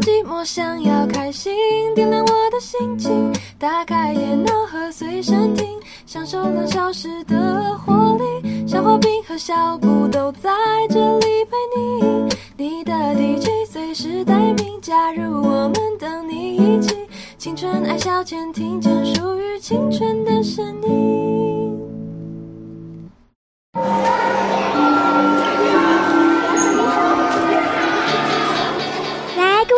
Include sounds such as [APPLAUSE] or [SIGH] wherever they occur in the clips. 寂寞，想要开心，点亮我的心情，打开电脑和随身听，享受两小时的活力。小花瓶和小布都在这里陪你，你的 DJ 随时待命，加入我们，等你一起。青春爱消遣，听见属于青春的声音。来，各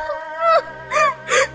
[LAUGHS] 啊！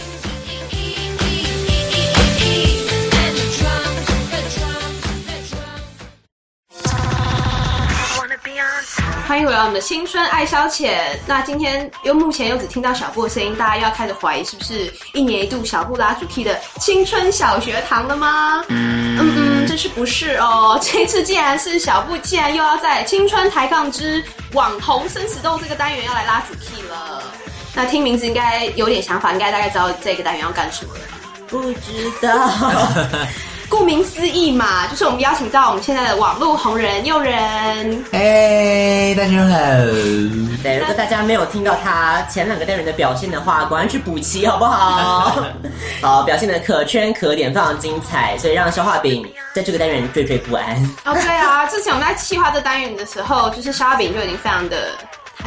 欢迎回来我们的青春爱消遣。那今天又目前又只听到小布的声音，大家又要开始怀疑是不是一年一度小布拉主题的青春小学堂了吗？嗯嗯，这是不是哦？这一次既然嗯是小布，既然又要在青春抬杠之网红生死斗这个单元要来拉主题了。那听名字应该有点想法，应该大概知道这个单元要干什么了。不知道。 [LAUGHS] 顾名思义嘛，就是我们邀请到我们现在的网络红人诱人，哎，大家好，对，如果大家没有听到他前两个单元的表现的话，果然去补齐好不 [LAUGHS] 好？好，表现的可圈可点，非常精彩，所以让消化饼在这个单元惴惴不安。哦，对啊，之前我们在企划这单元的时候，就是肖亚饼就已经非常的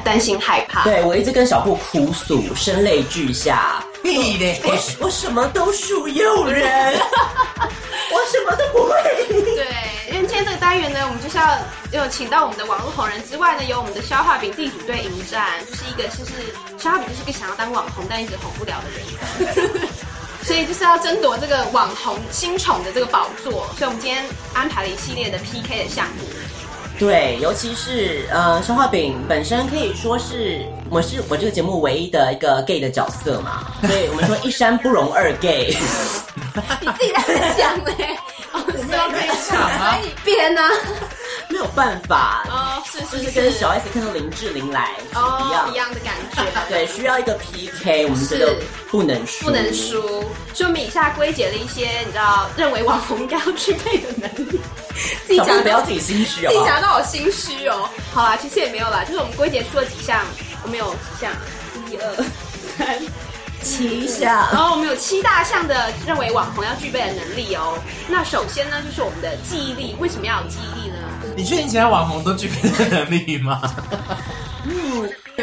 担心害怕。对我一直跟小布哭诉，声泪俱下，哎屁嘞！我我什么都属诱人， [LAUGHS] 我什么都不会。对，因为今天这个单元呢，我们就是要有请到我们的网络红人之外呢，有我们的消化饼地主队迎战，就是一个就是消化饼就是一个想要当网红但一直红不了的人 [LAUGHS] 这样子，所以就是要争夺这个网红新宠的这个宝座，所以我们今天安排了一系列的 PK 的项目。对，尤其是呃，消化饼本身可以说是我是我这个节目唯一的一个 gay 的角色嘛，所以我们说一山不容二 gay。你自己在讲呢、 [LAUGHS] 我们要可以讲啊，一边呢、 [LAUGHS] 没有办法，哦，是就是是是跟小 S 看到林志玲来是一哦样。一样的感觉， [LAUGHS] 对，需要一个 PK，我们觉得是不能输，不能。输。所以我们以下归结了一些你知道认为网红应该要具备的能力，自己小讲布不要到自己心虚自好己不好？讲到我心虚哦。好啦，其实也没有啦，就是我们归结出了几项，我们有几项，一二三。七下 [LAUGHS] 然后我们有七大项的认为网红要具备的能力哦。那首先呢，就是我们的记忆力。为什么要有记忆力呢？你确定其他网红都具备这能力吗？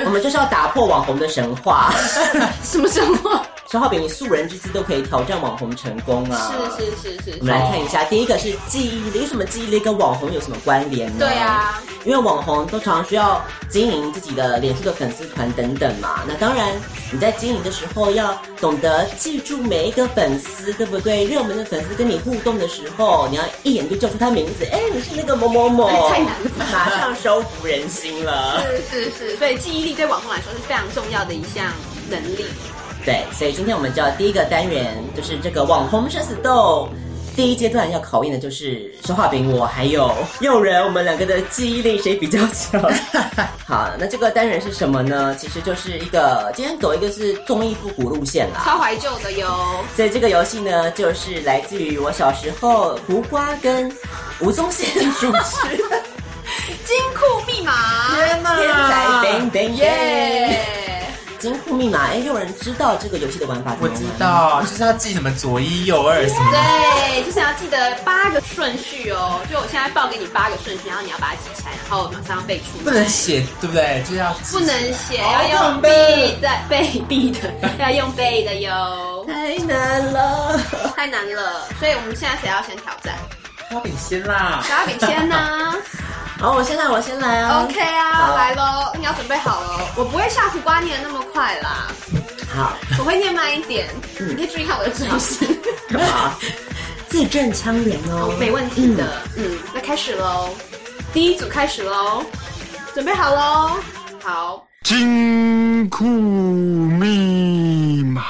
我们就是要打破网红的神话。 [LAUGHS] 什么什么？小浩饼，你素人之姿都可以挑战网红成功啊！是是是是我们来看一哦下，第一个是记忆力，为什么记忆力跟网红有什么关联呢？对啊，因为网红都常需要经营自己的脸书的粉丝团等等嘛。那当然，你在经营的时候要懂得记住每一个粉丝，对不对？热门的粉丝跟你互动的时候，你要一眼就叫出他名字，哎，你是那个某某某，哎太难了吧马上收服人心了。是是是，所以记忆力对网红来说是非常重要的一项能力。对，所以今天我们就要第一个单元就是这个网红生死斗。第一阶段要考验的就是说话饼我还有诱人，我们两个的记忆力谁比较强？好，那这个单元是什么呢？其实就是一个今天走一个是综艺复古路线啦。超怀旧的哟，所以这个游戏呢，就是来自于我小时候胡瓜跟吴宗宪主持的金库密 [LAUGHS] 码，天才 Bang Bang 耶！耶！金库密码，哎，有人知道这个游戏的玩法怎我么玩知吗道，就是要记什么左一右二什么的。 [LAUGHS] 对，就是要记得八个顺序哦。就我现在报给你八个顺序，然后你要把它记起来，然后马上要背出来。不能写，对不对？就是要不能写，好要用想背背的背背的，要用背的哟，太难了，太难了。所以我们现在谁要先挑战？花饼先啦。小饼先呢、 [LAUGHS] 好，我先来，我先来啊。 OK 啊，好来喽，你要准备好喽。我不会下苦瓜念得那么快啦，好，我会念慢一点。你可以注意看我的嘴型，干 [LAUGHS] 嘛？字正腔圆哦，没问题的。嗯，那开始喽，第一组开始喽，准备好喽。好，金库密码，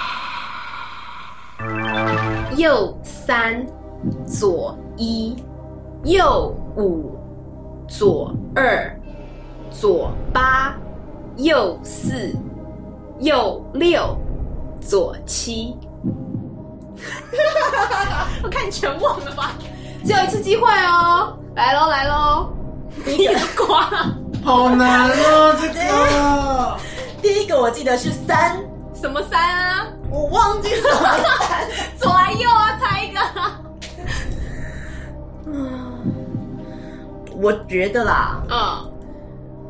右三，左一，右五，左二，左八，右四，右六，左七。 [LAUGHS] 我看你全忘了吧？只有一次机会哦！来喽来喽， [LAUGHS] 第一个瓜，好难哦，这个。第一个我记得是三，什么三啊？我忘记了。左来右啊，猜一个。我觉得啦， [LAUGHS] 嗯，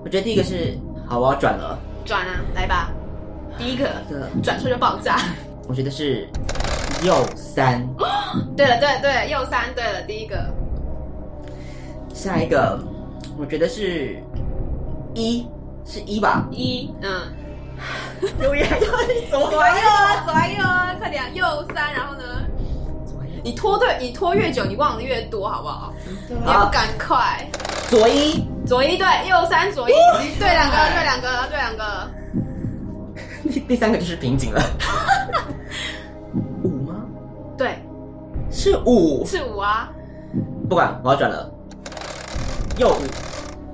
我觉得第一个是好，我要转了。转啊，来吧，第一个这个转出就爆 [LAUGHS] 炸。我觉得是右三，对了，对了对了，右三对了，第一个下一个我觉得是一，是一吧？一，嗯，有呀，有左左来右啊，左来右啊，快点啊，右三，然后呢？你拖对，你拖越久，你忘的越多，好不好？你也不赶快，左一， [LAUGHS] 左一对，右三，左一对两个，对两个，对两个，第第三个就是瓶颈 [LAUGHS] 了。五吗？对，是五，是五啊，不管，我要转了。右五，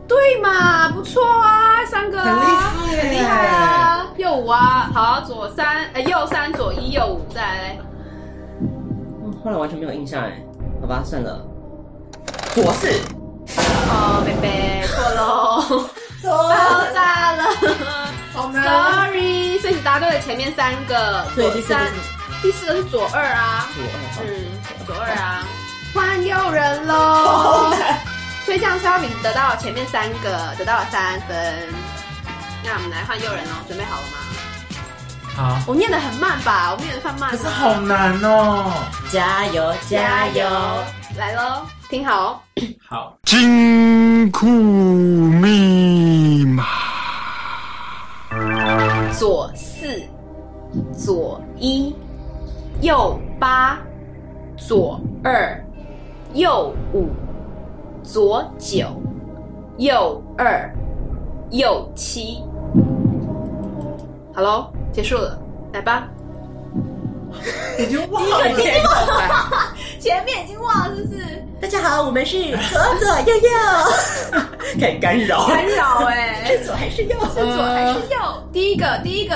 对嘛，不错啊，三个啊，很厉害耶很厉害啊，右五啊，好，左三，呃，右三，左一，右五，再来，嗯后来完全没有印象哎，好吧，算了。左四，哦，贝贝错喽，爆炸 [LAUGHS] 了。好 Sorry，所以只答对了前面三个，对左第四个三是，第四个是左二啊，左二好嗯，左二啊，换右人喽。 [LAUGHS] 所以这样肖饼得到了前面三个，得到了三分。那我们来换右人哦，准备好了吗？好，我念的很慢吧，我念的算慢啊可吗。是好难哦。加油加油！来喽，听好哦，好，金库密码，左四，左一，右八，左二，右五，左九，右二，右七。好喽，结束了，来吧。已经忘了。前面已经忘了是不是？大家好，我们是左左右 [LAUGHS] 右，可以干扰，干扰哎、是左还是右？是左还是右？嗯第一个，第一个，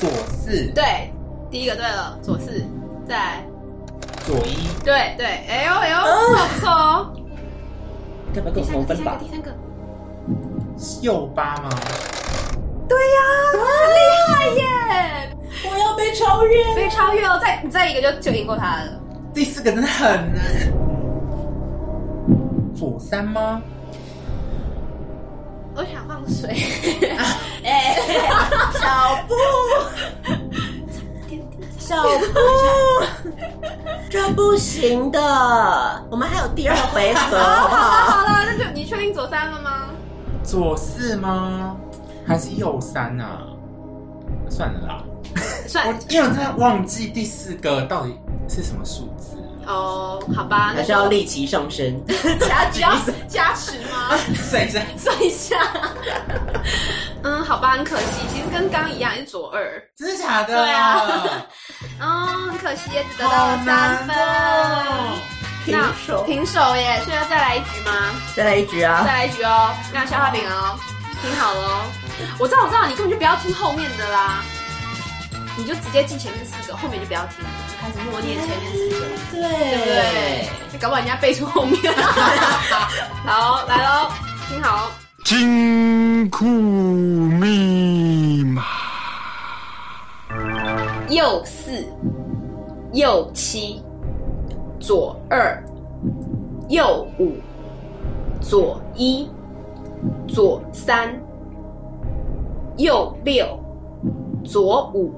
左四，对，第一个对了，左四，再来左一，对对，哎呦哎呦，不错不错哦。干嗯嘛跟我同分吧第？三个，右八吗？很厉害耶！我要被超越。被超越哦，再你再一个就就赢过他了。第四个真的很难。左三吗？我想放 [LAUGHS] 水，哎，小布，小布，这不行的，我们还有第二回合，好不哦好了 [LAUGHS] 好好？了，那就你确定左三了吗？左四吗？还是右三啊？算了啦，我算因为我真的忘记第四个到底是什么数字。哦，好吧，还那是就要力气上升，加只要加持吗？ [LAUGHS] 算一下，算一下， [LAUGHS] 嗯，好吧，很可惜，其实跟刚刚一样也是左二，真的假的？对啊，嗯，很可惜也只得到了三哦分，哦平那手，平手耶，所以要再来一局吗？再来一局啊！再来一局哦，那消化饼哦，听好了哦。我知道，我知道，你根本就不要听后面的啦，你就直接记前面四个，后面就不要听了，开始默念前面四个，对对不对？就搞不好人家背出后面。好，来喽，听好哦，金库密码，右四、右七、左二、右五、左一、左三、右六、左五，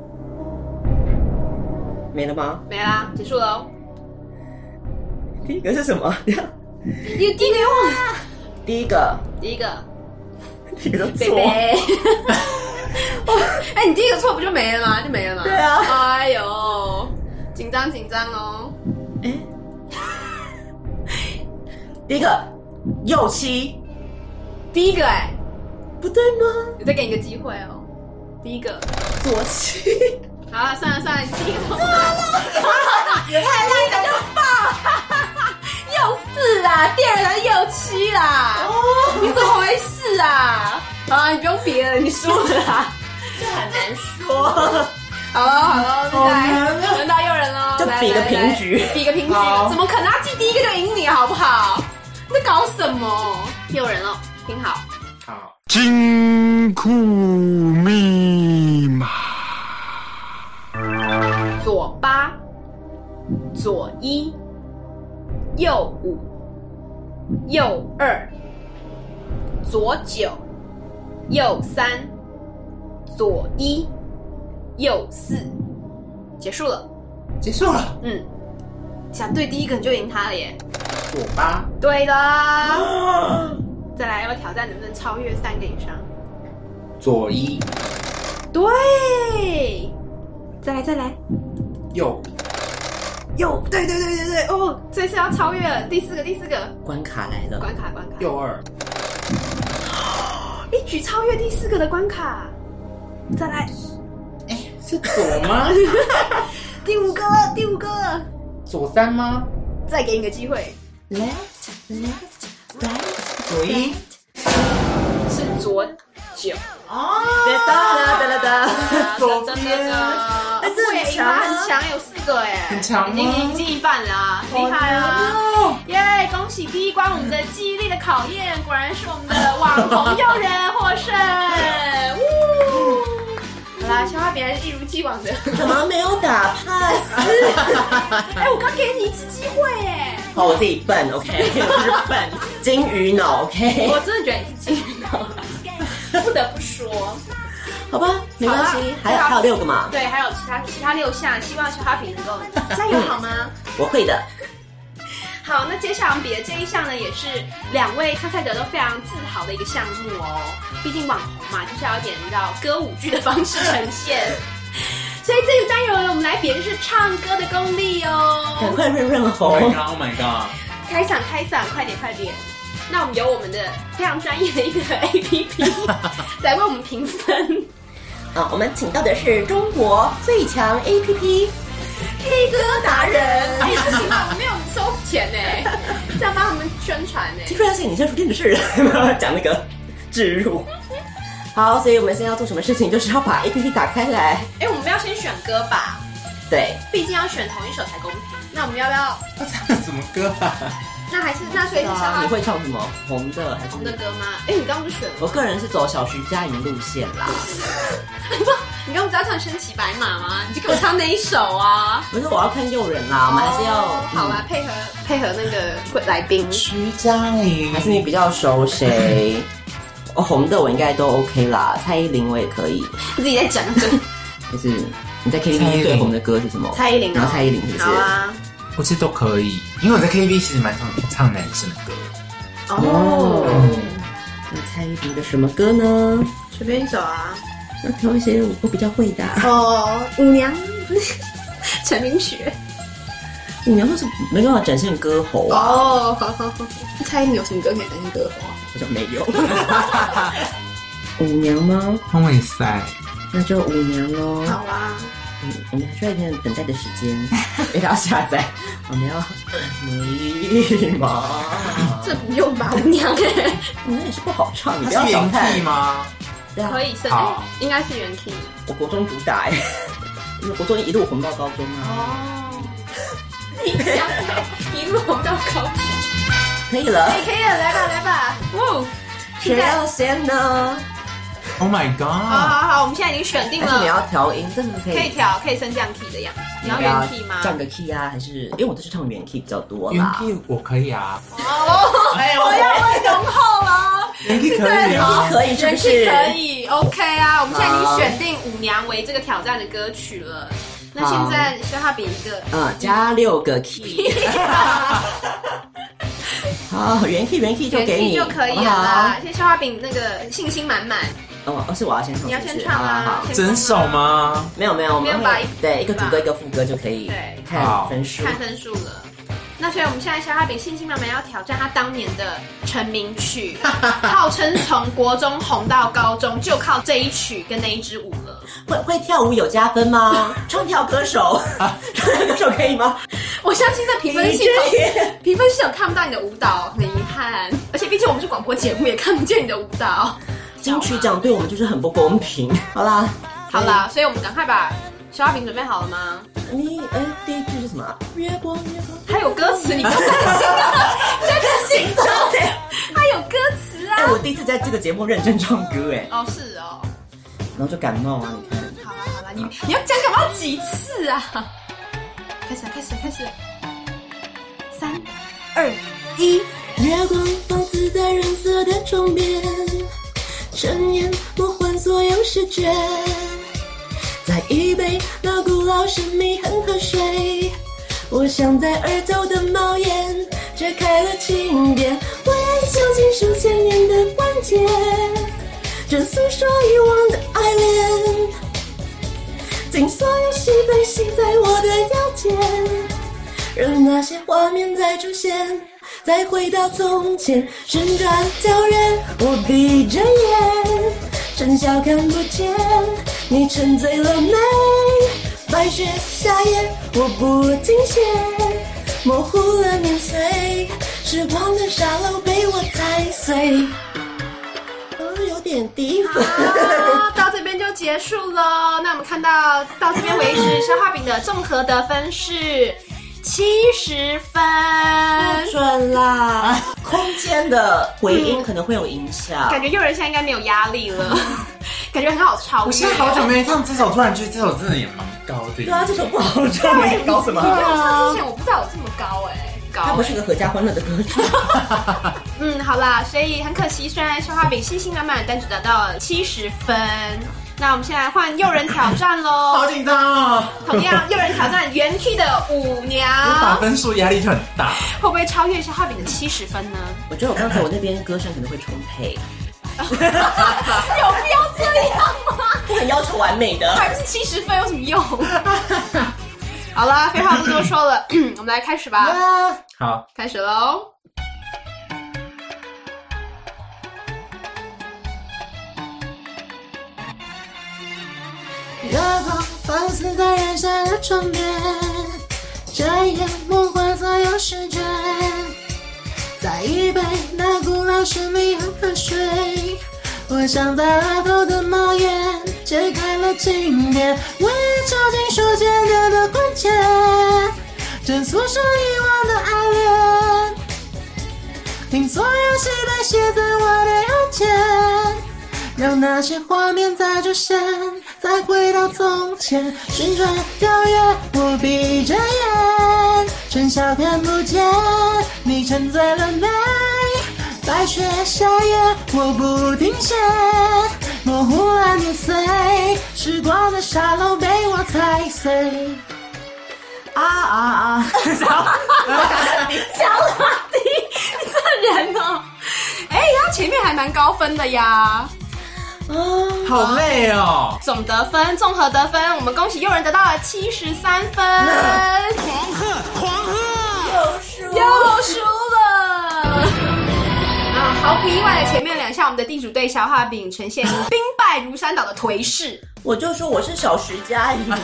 没了吗？没啦，结束哦喽。第一个是什么？ [LAUGHS] 你第一个啊又忘了，第一个，第一个第一个贝是错贝。。 [LAUGHS] 哎，你第一个错不就没了吗？就没了吗？对啊哎呦，紧张紧张哦。第一个右七，第一个哎、不对吗？我再给你一个机会哦。第一个，左七， [LAUGHS] 好了，算了算了，你第一个错了，也太烂了，就放。又四啦，第二个又七啦，你怎么回事啊？好啦，你不用比了，你输了啦。很难说。好了好了，好拜难拜，啊轮到诱人喽，就来比个来平局来比个平局好，怎么可能他进第一个就赢你好不好？你在搞什么？诱人哦，听好，好，金库密码，左八，左一，右五，右二，左九，右三，左一，右四，结束了。结束了。嗯，想对第一个你就赢他了耶。我 [GASPS] 吧，对啦，再来要不要挑战能不能超越三个以上？左一对，再来再来，右有，对对对对对，哦，这次要超越了第四个第四个关卡来了，关卡关卡，右二一举超越第四个的关卡，再来哎是左吗？哎 [LAUGHS] 第五个了第五个了，左三吗？再给你个机会，左一是左 [LAUGHS] 啊九，哒哒哒哒哒，左边但是很强啊很强，有四个哎，很强已经吗已经一半了啊，厉害啊！耶恭喜第一关我们的记忆力的考验，果然是我们的网红诱人获胜。 [LAUGHS] 呜！好啦，消化饼还是一如既 [LAUGHS] 往的。怎么没有打 pass？ [LAUGHS] 哎、我刚给你一次机会哎，哦，我自己笨，OK，我是笨，金鱼脑，OK，我真的觉得你是金鱼脑， [LAUGHS] 不得不说。好吧，没关好系啦，还有好啦还有六个嘛， [LAUGHS] 对，还有其他其他六项，希望消化饼能够加油好吗？我会的。 [LAUGHS] 好，那接下来我们比的这一项呢，也是两位参赛者都非常自豪的一个项目哦。毕竟网红嘛，就是要有点你知道歌舞剧的方式呈现。所以这个单元呢，我们来比的是唱歌的功力赶哦。快润润，Oh 喉 my god，Oh my [LAUGHS] god，开嗓，开嗓，快点，快点。那我们有我们的非常专业的一个 [LAUGHS] APP 来为我们评分。啊！我们请到的是中国最强 APP K 歌达人，哎，不行啊，我没有收钱呢，这样帮他们宣传听呢。[LAUGHS] 说要是你现在书店的事， [LAUGHS] 讲那个置入。好，所以我们现在要做什么事情， [LAUGHS] 就是要把 A P P 打开来。哎，我们要先选歌吧，对，毕竟要选同一首才公平。那我们要不要？他唱什么歌啊？那还是那所以是消你化会唱什么红的还是红的？歌吗？哎，你刚刚不是选我了？个人是走小徐佳莹路线啦。你刚刚不是要唱《身骑白马》吗？你就给我唱那一首啊！不是，我要看诱人啦，我们还是要哦好啦，配合配合那个来宾。徐佳莹嗯还是你比较熟谁？ [LAUGHS] 哦，红的我应该都 OK 啦，蔡依林我也可以。自己在讲真。就是你在蔡依 KTV 林最红的歌是什么？蔡依林哦然后蔡依林是不是？好啊。我其实都可以，因为我在 KTV 其实蛮常唱男生的歌。哦，那蔡依林的什么歌呢？随便一首啊。要挑一些我我比较会的啊。哦，舞娘， [LAUGHS] 陈明学。你娘为什么没办法展现歌喉啊？哦，好好好。蔡依林有什么歌可以跟歌喉啊？好像没 [LAUGHS] 有。舞娘吗？通伟塞，那就舞娘喽。好啊。嗯，我们还需要一点等待的时间，因为 [LAUGHS] 它要下载。我们要密 [LAUGHS] 码，这不用吧，舞娘。你那也是不好唱，你他不要是小原看 T。吗？对啊， [LAUGHS] 可以是，好应该是原 key。我国中主打哎， [LAUGHS] 因为国中一路红到高中啊，哦，你想一路红到高中，可以了。哎哦可以了，来吧来吧，哇！谁要先呢？ Oh my 好 god！好好，我们现在已经选定但是你了，要调音，但是可以可以调，可以升降 key 的样子。哎你要不原 key 吗？降个 key 啊，还是因为我都是唱原 key 比较多元啦。气我可以啊，哦，哎，我要问浓厚了。元气可以原啊 key，可以是人不气是？可以，OK 啊！哎我们现在已经好选定舞娘为这个挑战的歌曲了。那好现 [LAUGHS] 在需要他比一个，嗯，加六个 key，好，原 key 原 key 就元给气你就可以了啦。现在消化饼那个信心满满，好不好哦，哦是我要先唱，你要先是不是唱好好啊好，先整首吗？没有没有，我没们有吧会对一个主歌吧一个副歌就可以对看好分数。看分数了。那所以我们现在肖哈饼信心满满要挑战他当年的成名曲，号称从国中红到高中，就靠这一曲跟那一支舞了。会会跳舞有加分吗？唱跳歌手， [LAUGHS] 唱跳歌手可以吗？ [LAUGHS] 我相信在评分系你这也统，评分系统看不到你的舞蹈，很遗憾。而且毕竟我们是广播节目，也看不见你的舞蹈。金曲奖对我们就是很不公平。好啦，好啦，所以我们赶快把小花饼准备好了吗？你哎、第一句是什么啊？月光，月光。还有歌词，你不用担心啊， [LAUGHS] 你在担心什么？还有歌词哎、啊。我第一次在这个节目认真唱歌哎，哦，是哦。然后就感冒啊，你看。好啦好啦，你你要讲感冒几次啊？开始了开始了开始了，三二一，月光放肆在染色的窗边，尘烟魔幻所有视觉。再一杯那古老神秘恒河水，我想在耳朵的冒烟，揭开了庆典，为究竟数千年的关节，这诉说遗忘的爱恋，尽所有喜悲系在我的腰间。让那些画面再出现，再回到从前，旋转跳跃，我闭着眼，真相看不见，你沉醉了没？白雪夏夜，我不停歇，模糊了年岁，时光的沙漏被我踩碎，呃有点低分。好，到这边就结束喽。那我们看到到这边为止，消化饼的综合得分是七十分。准啦，空间的回音可能会有影响。感觉诱人现在应该没有压力了，感觉很好超越。我现在好久没唱这首，突然觉得这首真的也蛮高的。对啊，这首不好唱，啊你搞什么？因为我唱之前我不知道有这么高哎、高它不是个合家欢乐的歌曲。 [LAUGHS] 嗯，好啦，所以很可惜，虽然消化饼信心满满，但只得到了七十分。那我们现在换诱人挑战好喽，紧张哦，同样诱人挑战原 key 的舞打娘，分数压力就很大。会不会超越消化饼的七十分呢？我觉得我刚才我那边歌声可能会重配，有必要这样吗？不很要求完美的。还不是 [LAUGHS] 七十分有什么用？ [LAUGHS] 好啦，废话不多说 [LAUGHS] 了，我们来开始吧，好，开始喽。月光放肆在染色的窗边，这夜梦幻所有视觉。再一杯那古老神秘恒河水，我想在额头的冒烟，揭开了经典，为抽筋数千年的关节，这诉说遗忘的爱恋。听所有期待写在我的腰间，让那些画面再出现，再回到从前，旋转跳跃，我闭着眼，喧嚣看不见，你沉醉了没？白雪夏夜，我不停歇，模糊了年岁，时光的沙漏被我踩碎。啊啊啊！小拉迪，你这人哦，哎、他前面还蛮高分的呀。好累哦。总得分、综合得分，我们恭喜诱人得到了七十三分，狂贺，狂贺！又输了。啊，毫不意外的，前面两项我们的地主队小画饼呈现兵败如山倒的 [LAUGHS] 颓势。 [LAUGHS] 我就说我是小徐佳莹嘛，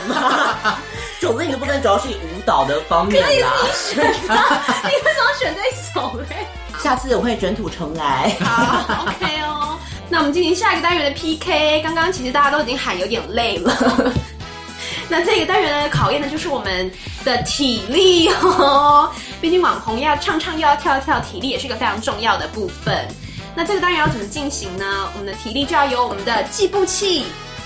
九令的部分主要是以舞蹈的方面可以啦。是你选的，你为什么选这一首嘞？下次我会卷土重来。好，OK 哦。那我们进行下一个单元的 PK。刚刚其实大家都已经喊有点累了。 [LAUGHS] 那这个单元呢，考验的就是我们的体力哦。毕竟网红要唱唱又要跳跳，体力也是个非常重要的部分。那这个单元要怎么进行呢？我们的体力就要由我们的计步器，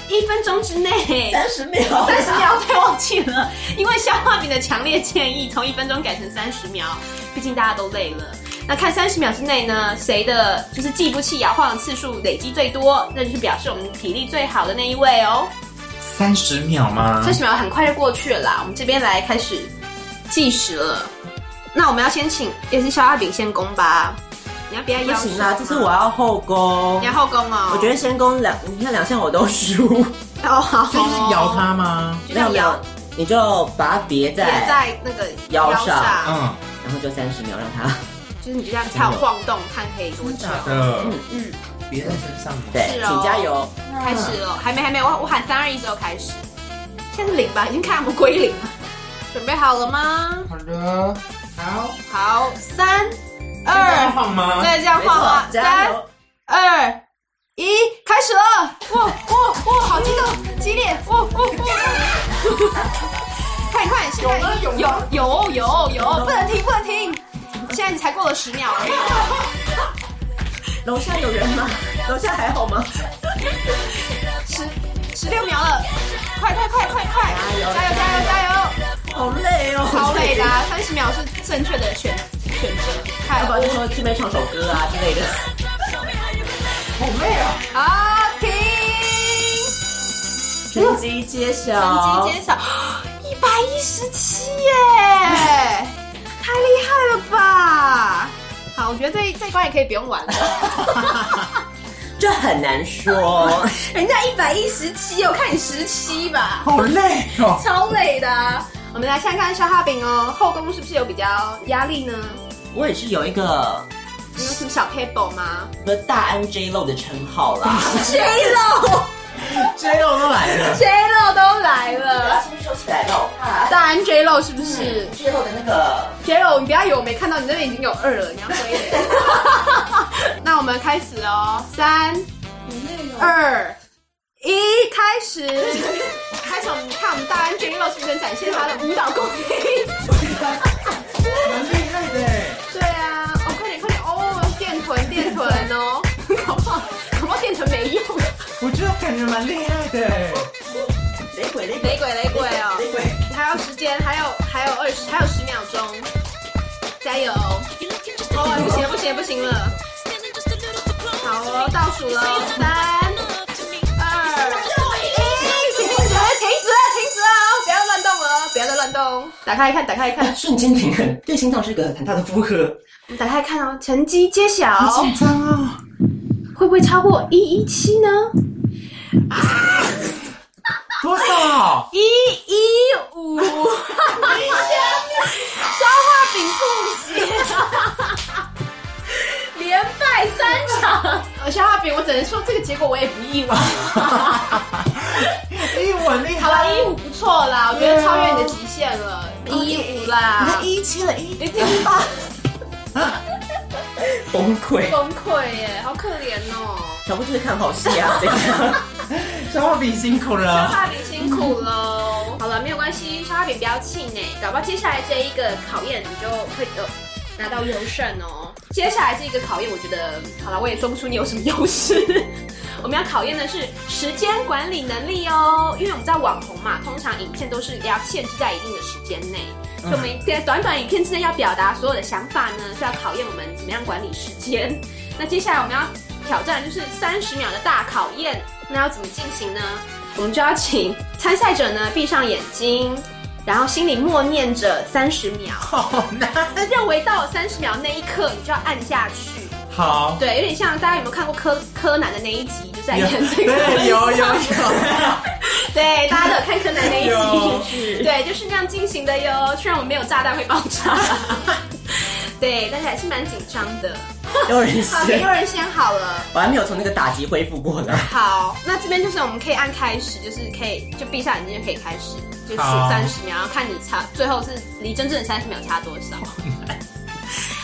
一分钟之内。三十秒， [LAUGHS] 三十秒，对，忘记了，因为消化饼的强烈建议从一分钟改成三十秒，毕竟大家都累了。那看三十秒之内呢，谁的就是计步器摇晃的次数累积最多，那就是表示我们体力最好的那一位哦。三十秒吗三？十秒很快就过去了啦，我们这边来开始计时了。那我们要先请，也是消化饼先攻吧。你要不要不邀行请啦，啊这次我要后宫你。要后攻哦。我觉得先攻两，你看两项我都输，得哦，好，这就是摇，它吗？就像摇，，你就把它别也在，在那个腰上嗯，然后就三十秒让它，就是你就这样跳晃动，看可以多久。假的，嗯，别在身上吗？对，是哦请加油。开始了，还没还没，我我喊三二一之后开始。现在是零吧，已经看我们归零了。 [LAUGHS] 准备好了吗？好的，好，好，三二二，晃吗？再这样没晃错啊，，加三油！二一，开始了！哇哇哇，好激动，激烈！哇哇哇！ [LAUGHS] 快快，现在有有有有有，不能停不能停！现在你才过了十秒而已。楼下有人吗？楼下还 [LAUGHS] 好吗？十十六秒了，快快快快快！加油加油加油！好累哦，超累的、啊，三十秒是正确的选选择。看 [LAUGHS] 要不然就说去边唱首歌啊之类的。嗯啊，停！成绩揭晓成绩，揭晓，一百一十七耶，太厉害了吧！好，我觉得这这一关也可以不用玩了。 [LAUGHS] 这很难 [LAUGHS] 说。人家一百一十七，我看你十七吧，好累哦。超累的啊。我们来看看消化饼哦，后宫是不是有比较压力呢？我也是有一个你有什么小 paper 吗？和大安 J Lo 的称号 [LAUGHS] 啦。 J Lo J Lo 都来 [LAUGHS] 了， J Lo 都来了，先收起来吧，我怕当然 J Lo 是不是？ J Lo 的那个 j e 你不要以为我没看到，你那边已经有二了，你要回 [LAUGHS] 脸。那我们开始哦，三、二、一，开 [LAUGHS] 始。开始，我们看我们大安 j e 是不是能展现他的舞蹈功 [LAUGHS] 力？蛮厉害的耶。对啊，哦，快点快点哦，电臀电臀 [LAUGHS] 哦，搞不好搞不好电臀没用，我觉得感觉蛮厉害的耶。雷鬼雷雷鬼雷鬼哦，雷鬼，还有时间，还有还有二十，还有十秒钟，加油！哦，不行了不行了不行了。好哦，倒数喽，三、二、一，停止，停止了，停止了哦，不要乱动了，不要再乱动。打开看，打开看，瞬间平衡，对心脏是一个很大的负荷。我们打开看哦，成绩揭晓，张啊，会不会超过一一七呢？多少？一一五，消化饼吐血，连败三场。呃，消化饼，我只能说这个结果我也不意外。一文厉好害，了，一五不错啦，我觉得超越你的极限了，一五你啦看，一七了，一一定吧，崩溃，崩溃耶，好可怜哦。小布就是看好戏啊，怎样？ [LAUGHS] 消化饼辛苦消了。化饼辛苦喽。好了，没有关系，消化饼不要气馁，搞不好接下来这一个考验你就会有拿到优胜哦。接下来这一个考验，我觉得好了，我也说不出你有什么优势。 [LAUGHS] 我们要考验的是时间管理能力哦，因为我们在网红嘛，通常影片都是要限制在一定的时间内，所以我们在短短影片之内要表达所有的想法呢，是要考验我们怎么样管理时间。那接下来我们要挑战的就是三十秒的大考验，那要怎么进行呢？我们就要请参赛者呢闭上眼睛，然后心里默念着三十秒，好难，那认为到了三十秒那一刻，你就要按下去。好，对，有点像大家有没有看过柯柯南的那一集，就是在有演 [LAUGHS] 这个。对，有有有。对，大家都有看柯南那一有集，对，就是那样进行的哟。虽然我没有炸弹会爆 [LAUGHS] 炸，对，但是还是蛮紧张的。有人好，给写有，人先好了。我还没有从那个打击恢复过呢。好，那这边就是我们可以按开始，就是可以就闭上眼睛就可以开始，就数好三十秒，然后看你差最后是离真正的三十秒差多少。 [LAUGHS]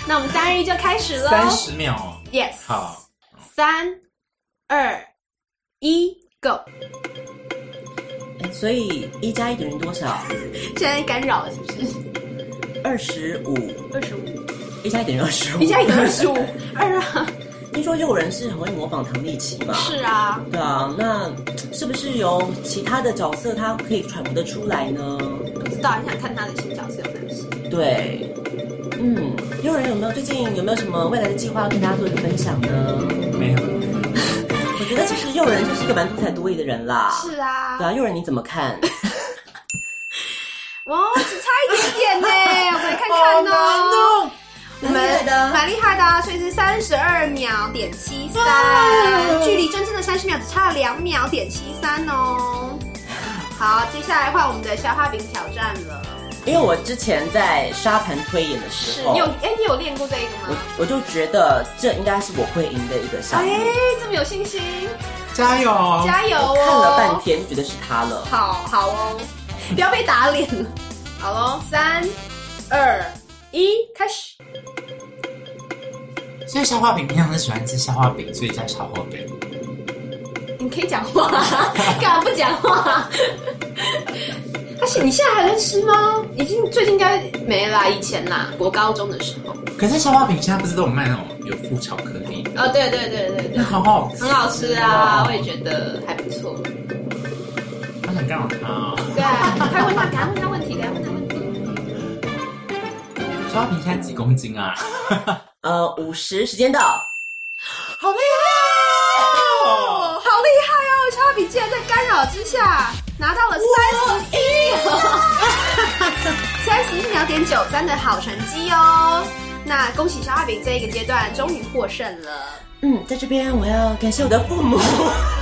那我们三二一就开始喽三十秒， ，Yes，好，三二一，Go！哎所以一加一等于多少？现在干扰了是不是？二十五，二十五，一加一等于二十五， [LAUGHS] 一加一等于二十五，二啊，一听说六人是很会模仿唐立奇吧？是啊，对啊，那是不是有其他的角色他可以揣摩得出来呢？不知道很想看他的新角色有哪些。对，嗯，六人有没有最近有没有什么未来的计划跟大家做一个分享呢？没有，我觉得其实六人就是一个蛮多才多艺的人啦。是啊对，啊，佑人你怎么看？哦，只差一点点呢，我们来看看哦。我们蛮厉害的啊，所以是三十二秒点七三，距离真正的三十秒只差两秒点七三哦。好，接下来换我们的消化饼挑战了。因为我之前在沙盘推演的时是候，你有哎、你有练过这一个我吗？我就觉得这应该是我会赢的一个项哎、目。这么有信心，加油！加油哦！看了半天，觉得是他了。好好哦， [LAUGHS] 不要被打脸了。好喽，三、二、一，开始。所以消化饼平常是喜欢吃消化饼，所以叫消化饼。你可以讲话， [LAUGHS] 干嘛不讲话？而且你现在还在吃吗？已经最近应该没啦，以前啦，国高中的时候。可是消化饼现在不是都有卖那种有附巧克力的，哦，对对对对对那，好好吃，很好吃啊，我也觉得还不错。好想干好它哦。对，啊快问他，赶快问他问题，赶快问他问题。消化饼现在几公斤啊？呃，五十时间到，好厉害哦！好厉害哦！超比竟然在干扰之下拿到了三十一，三十一秒点九三的好成绩哦。那恭喜小画饼这一个阶段终于获胜了。嗯，在这边我要感谢我的父母，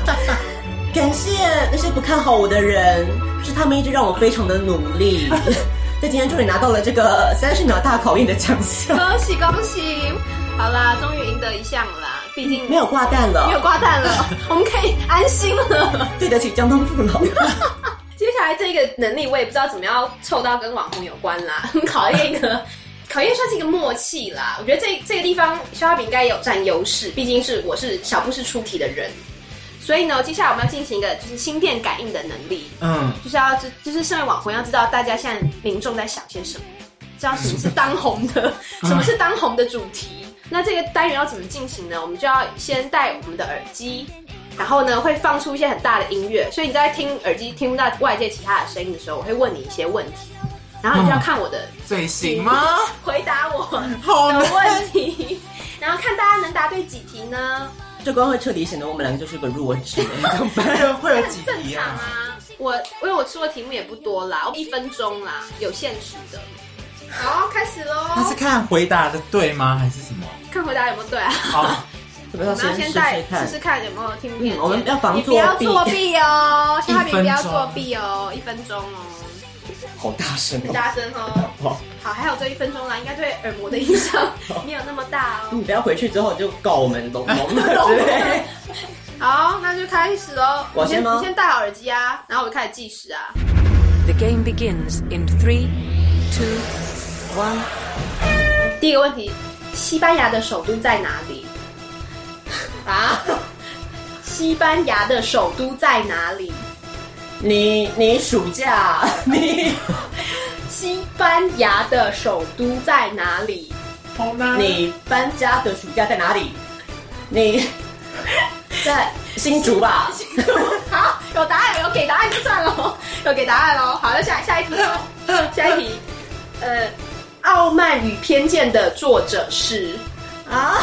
[LAUGHS] 感谢那些不看好我的人，是他们一直让我非常的努力， [LAUGHS] 在今天终于拿到了这个三十秒大考验的奖项， [LAUGHS] 恭喜恭喜！好啦，终于赢得一项了啦，毕竟嗯没有挂蛋没有了，挂蛋了，我们可以安心了。对得起江东父老。 [LAUGHS] 接下来这个能力我也不知道怎么样凑到跟网红有关啦， [LAUGHS] 考验一个。考验算是一个默契啦，我觉得这这个地方肖亚饼应该也有占优势，毕竟是我是小布是出题的人，所以呢，接下来我们要进行一个就是心电感应的能力，嗯，就是要知就是身为网红要知道大家现在民众在想些什么，知道什么是当红 [LAUGHS] 的，啊什么是当红的主题。那这个单元要怎么进行呢？我们就要先戴我们的耳机，然后呢会放出一些很大的音乐，所以你在听耳机听不到外界其他的声音的时候，我会问你一些问题，然后你就要看我的嘴型嗯吗？回答我好的难问题， [LAUGHS] 然后看大家能答对几题呢？这关会彻底显得我们两个就是个弱智，怎么办？会有会有几正题常啊？啊。我因为我出的题目也不多啦，一分钟啦，有限时的。好，开始他是喽！看回答的对吗？还是什么？看回答有没有对啊？哦，我们 [LAUGHS] 我要们要先试戴试看试。试看有没有听不听得见。嗯我们要防你不要作弊作弊哦，小花一分饼钟不要作弊哦，一分钟哦，好大声很哦！大声哦。好，好，还有这一分钟啦，应该对耳膜的影响 [LAUGHS] 没有那么大哦。你嗯不要回去之后就告我们聋聋的之 [LAUGHS] 类。好，那就开始喽。我先吗你先戴好耳机啊，然后我就开始计时啊。 The game begins in three, two, one. 第一个问题，西班牙的首都在哪里？啊？西班牙的首都在哪里？你你暑假 [LAUGHS] 你西班牙的首都在哪里？好难。你搬家的暑假在哪里？你在新竹吧？ [LAUGHS] 好，有答案有给答案就算了，有给答案喽。好，那下下一题咯，下一题，呃，《傲慢与偏见》的作者是啊，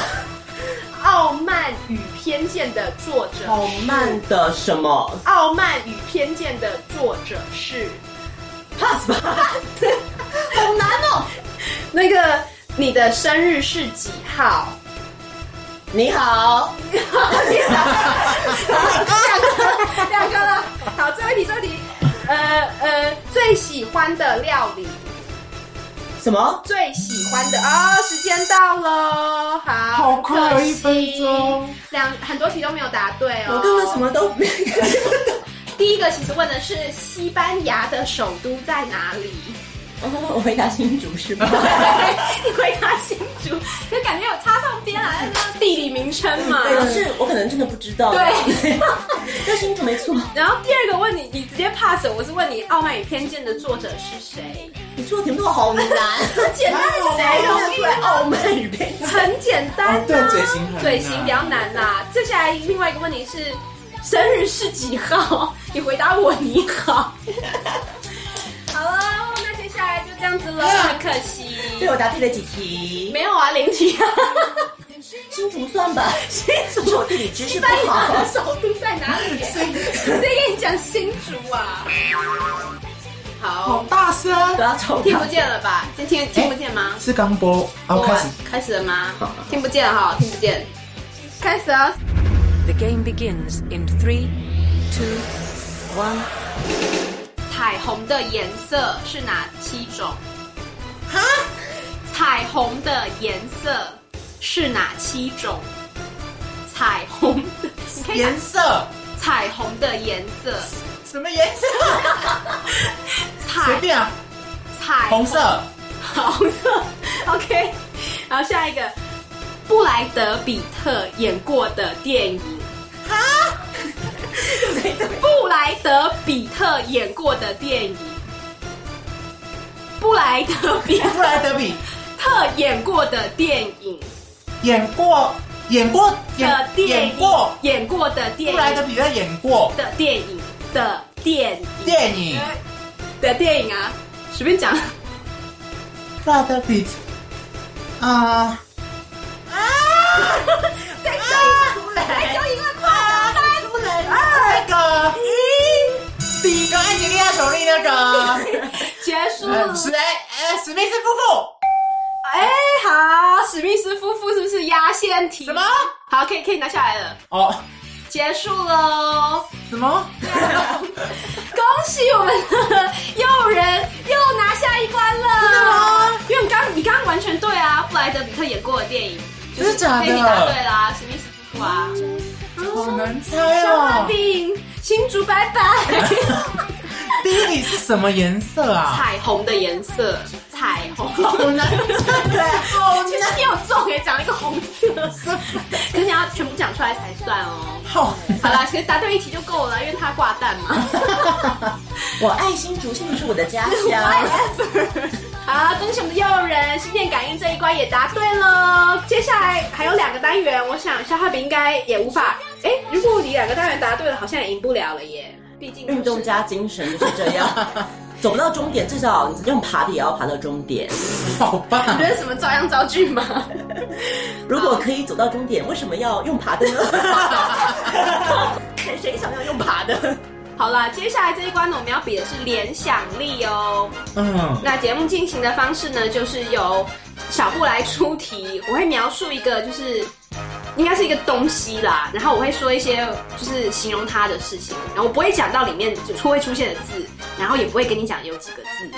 《傲慢与偏见》的作者，好慢的什么《傲慢与偏见》的作者是 pass 吧？好难哦。那个，你的生日是几 [LAUGHS] 号？你好，两个了。好，最后一题，最后一题。呃呃，最喜欢的料理，什么？最喜欢的啊、时间到了，好，好快可哦惜一分钟，两很多题都没有答对哦。我根本什？么都没。第一个其实问的是西班牙的首都在哪 [LAUGHS] 里？哦我回答新竹是吗？你回答新竹，可感觉有插上边啊，那是地理名称嘛。对，就是我可能真的不知道。对，但新竹没错。然后第二个问你，你直接 pass，我是问你《傲慢与偏见》的作者是谁？你出的题目都好难，简单谁谁都容易出来傲慢与偏见。很简单、啊哦对嘴型很难嘴型比较难啦。接下来另外一个问题是，生日是几号？你回答我你好。 [LAUGHS] 好了，那接下来就这样子了，哎很可惜。对我答对了几题，没有啊，零题 [LAUGHS] 啊，新竹算吧，新竹是我地理知识不在好哪？。首都在哪里？谁跟你讲新竹啊？好，大声，不要抽听他不。见了吧？先听听不见吗？是刚播哦，开始开始了吗？听不见哈，听不见。开始啊！ The game begins in three, two, one. 彩虹的颜色是哪七种？哈？彩虹的颜色是哪七种？彩虹的，你可以打颜色，彩虹的颜色，什么颜 [LAUGHS] 色？随彩便啊，彩红色、红色，OK。然后下一个，布莱德比特演过的电影。哈？布莱德比特演过的电影。布莱德比布莱德比特演过的电影演过，演过，的演电演影过，演过的电布莱德影比特演过的电影的电影电影，的电影啊，随便 [LAUGHS] 讲。布莱德比特，啊，再叫一个，再叫一个，快三那个第一个安吉丽娜裘丽那个，结束了呃，。史哎史密斯夫妇。哎，好，史密斯夫妇是不是压线题？什么？好，可以可以拿下来了，哦，结束喽！什么？恭喜我们的诱人 [LAUGHS] 又拿下一关了。真的吗？因为你刚你刚刚完全对啊，布莱德比特演过的电影，就真的假的被你答对啦，史密斯夫妇啊，好难猜小画 [LAUGHS] 哦！饼，新竹拜拜。第一题是什么颜色啊？ [LAUGHS] 彩虹的颜色，彩虹。好 [LAUGHS] 难猜哦！其实你有中也讲了一个红 [LAUGHS] 色，可是你要全部讲出来才算哦。好，好啦，其实答对一题就够了，因为他挂蛋嘛。 [LAUGHS] 我爱新竹，新竹是我的家乡。 Whatever。好，恭喜我们的诱人，心电感应这一关也答对了。接下来还有两个单元，我想消化饼应该也无法。哎，如果你两个单元答对了，好像也赢不了了耶。毕竟运动家精神就是这样，走不到终点，至少你用爬的也要爬到终点。好你棒觉！得什么照样造句吗？如果可以走到终点，为什么要用爬的呢？看谁想要用爬的？ [LAUGHS] 好啦，接下来这一关呢，我们要比的是联想力哦。嗯，那节目进行的方式呢，就是由小布来出题，我会描述一个就是应该是一个东西啦，然后我会说一些就是形容它的事情，然后我不会讲到里面就会出现的字，然后也不会跟你讲有几个字，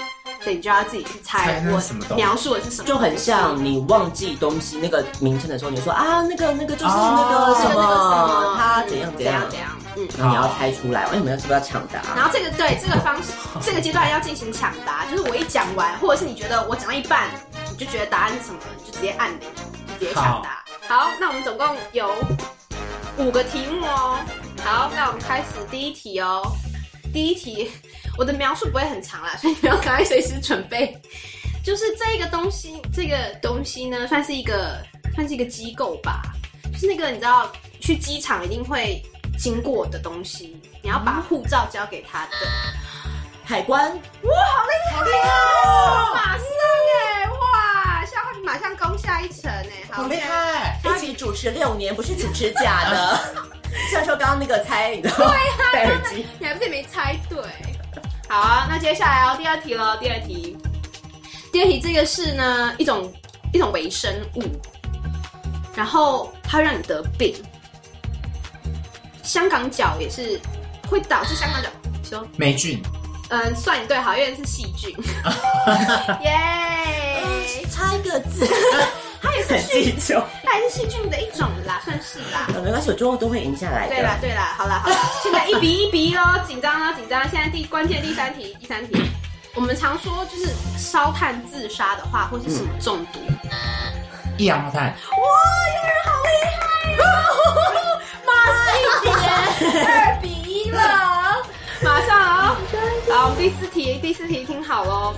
所以你就要自己去猜猜那是什么我东西描述的是什么，就很像你忘记东西那个名称的时候，你说啊，那个那个就是那个哦什那个那个什么么，它怎样怎怎样怎，样，嗯。然后你要猜出来。哎，你们要是不是要抢然答？后这个对这个方式，这个阶段要进行抢答，就是我一讲完，或者是你觉得我讲到一半，你就觉得答案是什么，你就直接按铃，就直接抢答。好，那我们总共有五个题目哦。好，那我们开始第一题哦。第一题， [LAUGHS] 我的描述不会很长啦， [LAUGHS] 所以你们要赶快随时准备。就是这个东西，这个东西呢，算是一个算是一个机构吧，就是那个你知道去机场一定会经过的东西，你要把护照交给他的。海关哇，好厉害哦！马上哎，哇，下回马上攻下一层哎，好厉！害！一起主持六年，不是主持假 [LAUGHS] 的。像说刚刚那个猜，你知道吗？戴耳机。你还不是没猜对？好啊，那接下来哦，第二题喽，第二题，第二题这个是呢一种一种微生物，然后它会让你得病。香港脚也是会导致香港脚，你说霉菌，嗯，算你对好，因为是细 [LAUGHS] 菌，耶、差一个 [LAUGHS] 字，它也是很细计较。它也是细菌的一种啦，算是啦。哦没关系，我最后都会赢下来的。对啦，对啦，好啦，好 [LAUGHS] 啦，现在一比一比喽，紧张喽，紧张！啊现在第关键第三题，第三题，我们常说就是烧炭自杀的话，会是什么中毒？一氧化碳，二比 [LAUGHS] 一了，马上哦。好，我们第四题，第四题听好喽。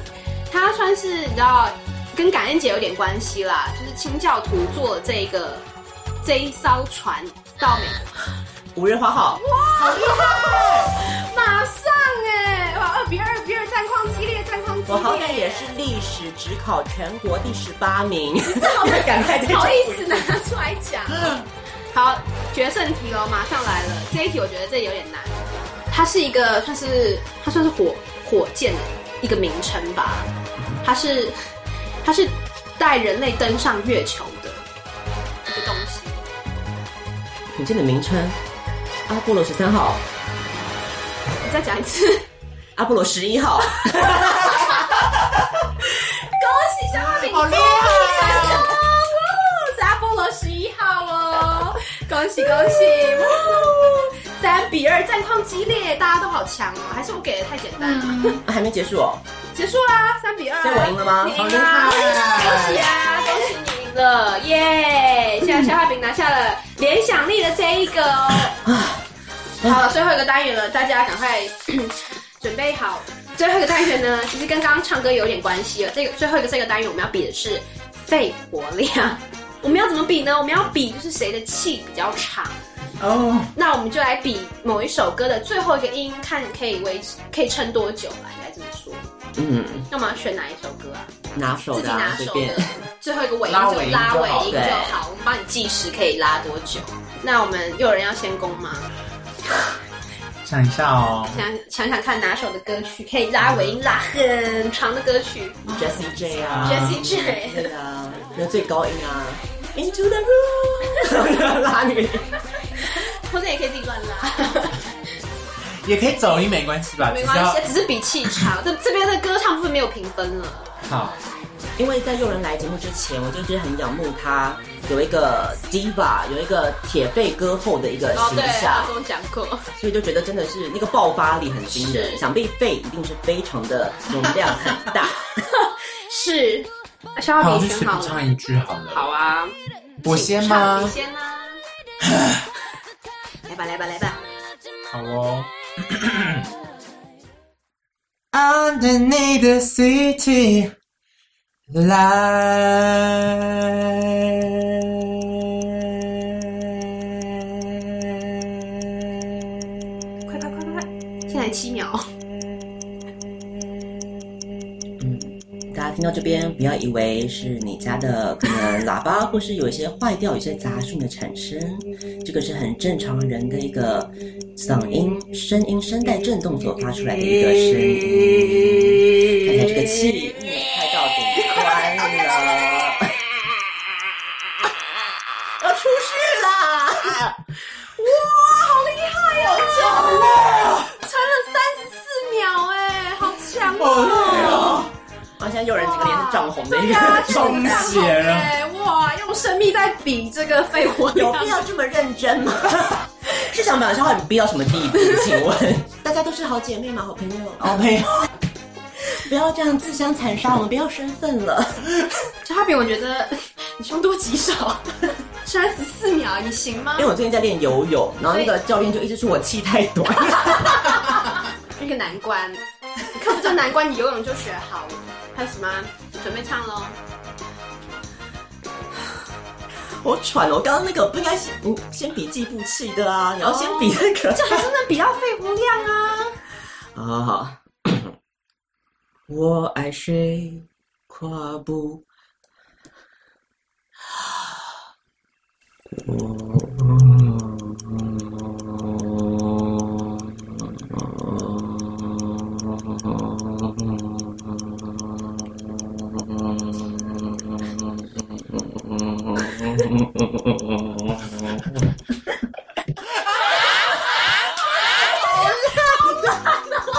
它算是你知道跟感恩节有点关系啦，就是清教徒坐这个这一艘船到美国，五月花号，好厉害！马上哎、哇，二比二比二，战况激烈，战况激烈。我好歹也是历史只考全国第十八名，好歹 [LAUGHS] 赶快再哦好意思拿出来 [LAUGHS] 讲。好，决胜题喽，马上来了。这一题我觉得这有点难，它是一个算是它算是火火箭的一个名称吧，它是它是带人类登上月球的一个东西。火箭的名称：阿波罗十三号、你再讲一次，恭阿波罗十 [LAUGHS] 一号。 [LAUGHS] 啊喜小花饼，好厉害成功！哦呜是阿波罗十一号喽，恭喜恭喜！呜三比二，战况激烈，大家都好强哦。还是我给的太简单了。啊还没结束哦，结束啦，三比二。所以我赢了吗你赢好厉啦！害恭喜啊，恭喜你赢了，耶！现在小画饼拿下了联想力的这一个哦。啊好了，最后一个单元了，大家赶快 [COUGHS] 准备好。最后一个单元呢，其实跟刚刚唱歌有点关系了。这个最后一个这个单元，我们要比的是肺活量。 [LAUGHS] 我们要怎么比呢？我们要比就是谁的气比较长。哦，那我们就来比某一首歌的最后一个音，看可以维持可以撑多久吧，应该这么说。嗯，那我们要选哪一首歌啊？拿手自己的、啊拿，随手便的。，最后一个尾音拉就尾音拉就尾好音对就好，我们帮你计时可以拉多久。那我们有人要先攻吗？想一下哦，想想想看，哪首的歌曲可以拉尾音拉很长的歌曲 Jessie J 啊？Jessie J，对啊，那最高音啊，Into the room，拉那个。或者也可以自己乱 [LAUGHS] 拉，也可以走音没关系吧，没只关是要系，只是比气场。这这边的歌唱部分没有评分了， [LAUGHS] 好。因为在诱人来节目之前，我就是很仰慕他有一个 diva，有一个铁肺歌后的一个哦，形对，象他，跟我讲过。所以就觉得真的是那个爆发力很惊人，是想必肺一定是非常的容量很大。是，肖好，我浩就平随选便好唱了。一句好了。好啊，我先吗你？先 [LAUGHS] 啊。来吧，来吧，来吧。好哦。Underneath the city light。快快快快快！现在七秒，大家听到这边，不要以为是你家的可能喇叭，或是有一些坏掉、有一些杂讯的产生，这个是很正常人的一个嗓音、声音、声带震动所发出来的一个声音。看起来这个气也快到顶端了，要出事啦！撑了三十四秒，哎，好强哦 [LAUGHS] 哦！啊，现在有人整个脸啊是涨红的一对个，呀，充血了哎，哇，用生命在比这个肺活 [LAUGHS] 有量，必要这么认真吗？ [LAUGHS] 是想把消化你逼到什么地步？请问 [LAUGHS] 大家都是好姐妹嘛，好朋友，哦，没有， [LAUGHS] 不要这样自相残杀，我们不要身份了。小哈比，我觉得 [LAUGHS] 你凶多吉少， [LAUGHS] 三十四秒，你行吗 [LAUGHS] 因为？我最近在练游泳，然后那个教练就一直说我气太 [LAUGHS] 短。一个难关，你克服这难关，你游泳就学好了。开始吗？准备唱喽！我喘了，哦我刚刚那个不应该先嗯先比计步器的啊，你要先比那 [LAUGHS] 个。这还真的比较肺活量啊！好好好， [COUGHS] 我爱谁跨步。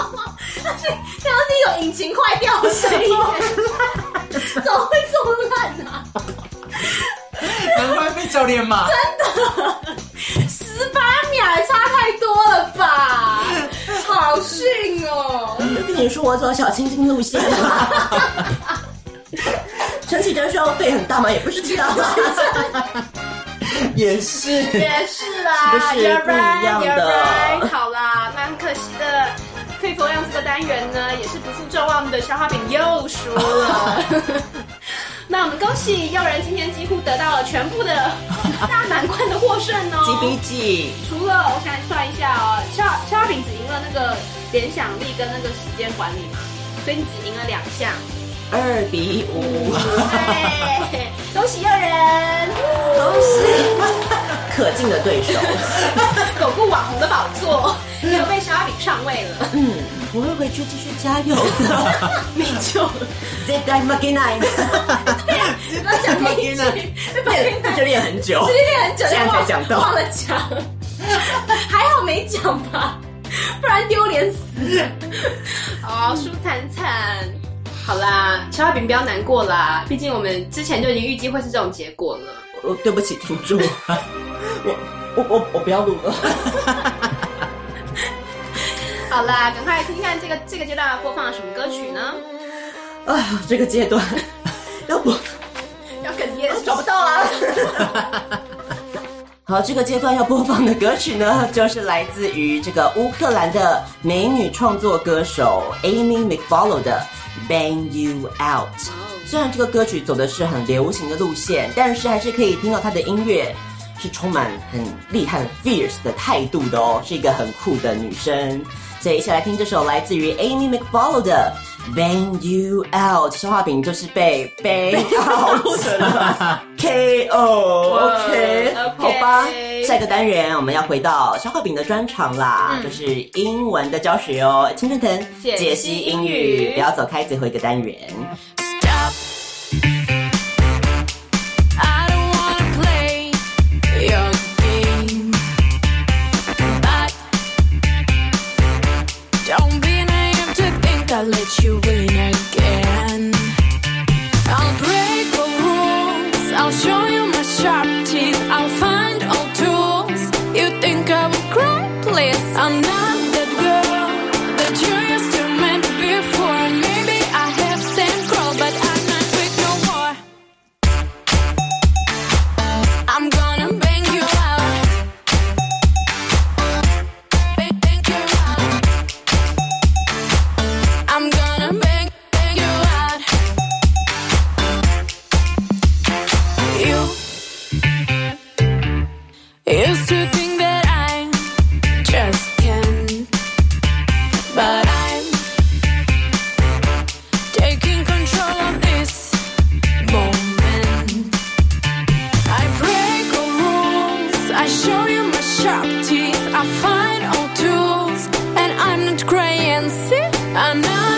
刚刚是有引擎坏掉的声 [LAUGHS] 音，怎么会这么烂呢、啊？难怪被教练骂。十八秒也差太多了吧？好逊哦！就跟你说我走小清新路线嘛。 [LAUGHS] 陈绮贞需要费很大吗？也不是这样吧。 [LAUGHS] 也是，也是啦，是不是 you're 不一样 right, 的 you're right 好啦，蛮可惜的。肺活量这个单元呢，也是不负众望我们的消化饼又输 [LAUGHS] 了。那我们恭喜诱人今天几乎得到了全部的大满贯的获胜哦。几比几？除了我想算一下哦，消消化饼只赢了那个联想力跟那个时间管理嘛，所以你只赢了两 [LAUGHS] 项。二比五，哎，恭喜诱人， [LAUGHS] 都是可敬的对手。巩固网红的宝座，又被消化饼上位了。嗯， [LAUGHS] 我会回去继续加油 [LAUGHS] 的。没救了，絶対負けない。不要讲啊那 [LAUGHS] 一句，不要练，讲这 [LAUGHS] 就练很久其。实练很久，现在才讲到忘了讲，还好没讲吧，不然丢脸死。哦，输惨惨。好啦，小花饼不要难过啦，毕竟我们之前就已经预计会是这种结果了。我对不起听众， [LAUGHS] 我我我我不要录 [LAUGHS] 了。好啦，赶快听听看这个这个阶段要播放了什么歌曲呢？啊，这个阶段，要不要哽咽找不到啊啦。 [LAUGHS] 好，这个阶段要播放的歌曲呢，就是来自于这个乌克兰的美女创作歌手 Amy McFarlow 的《Bang You Out》。虽哦然这个歌曲走的是很流行的路线，但是还是可以听到她的音乐是充满很厉害、很 fierce 的态度的哦，是一个很酷的女生。所以一起来听这首来自于 Amy McFarlow 的《Bang You Out》，消化饼就是 [LAUGHS] 被 bang out 了，KO，OK， OK 好吧。下一个单元我们要回到消化饼的专场啦，就是英文的教学哦，青春藤嗯解析英语不要走开，最后一个单元。 Stop. I don't wanna play your game. But don't be naive to think I let you win again. I'll break the rules. I'll show you my sharp teeth. I'll find all tools. You think I will cry? Please, I'm not that girl that you used to meant before. Maybe I have sand crawl, but I'm not weak no more. I'm gonna bang you out. Bang, bang you out. I'm gonna bang, bang you out. You used to think that I just can, but I'm taking control of this moment. I break all rules, I show you my sharp teeth, I find all tools, and I'm not crying. See, I'm not.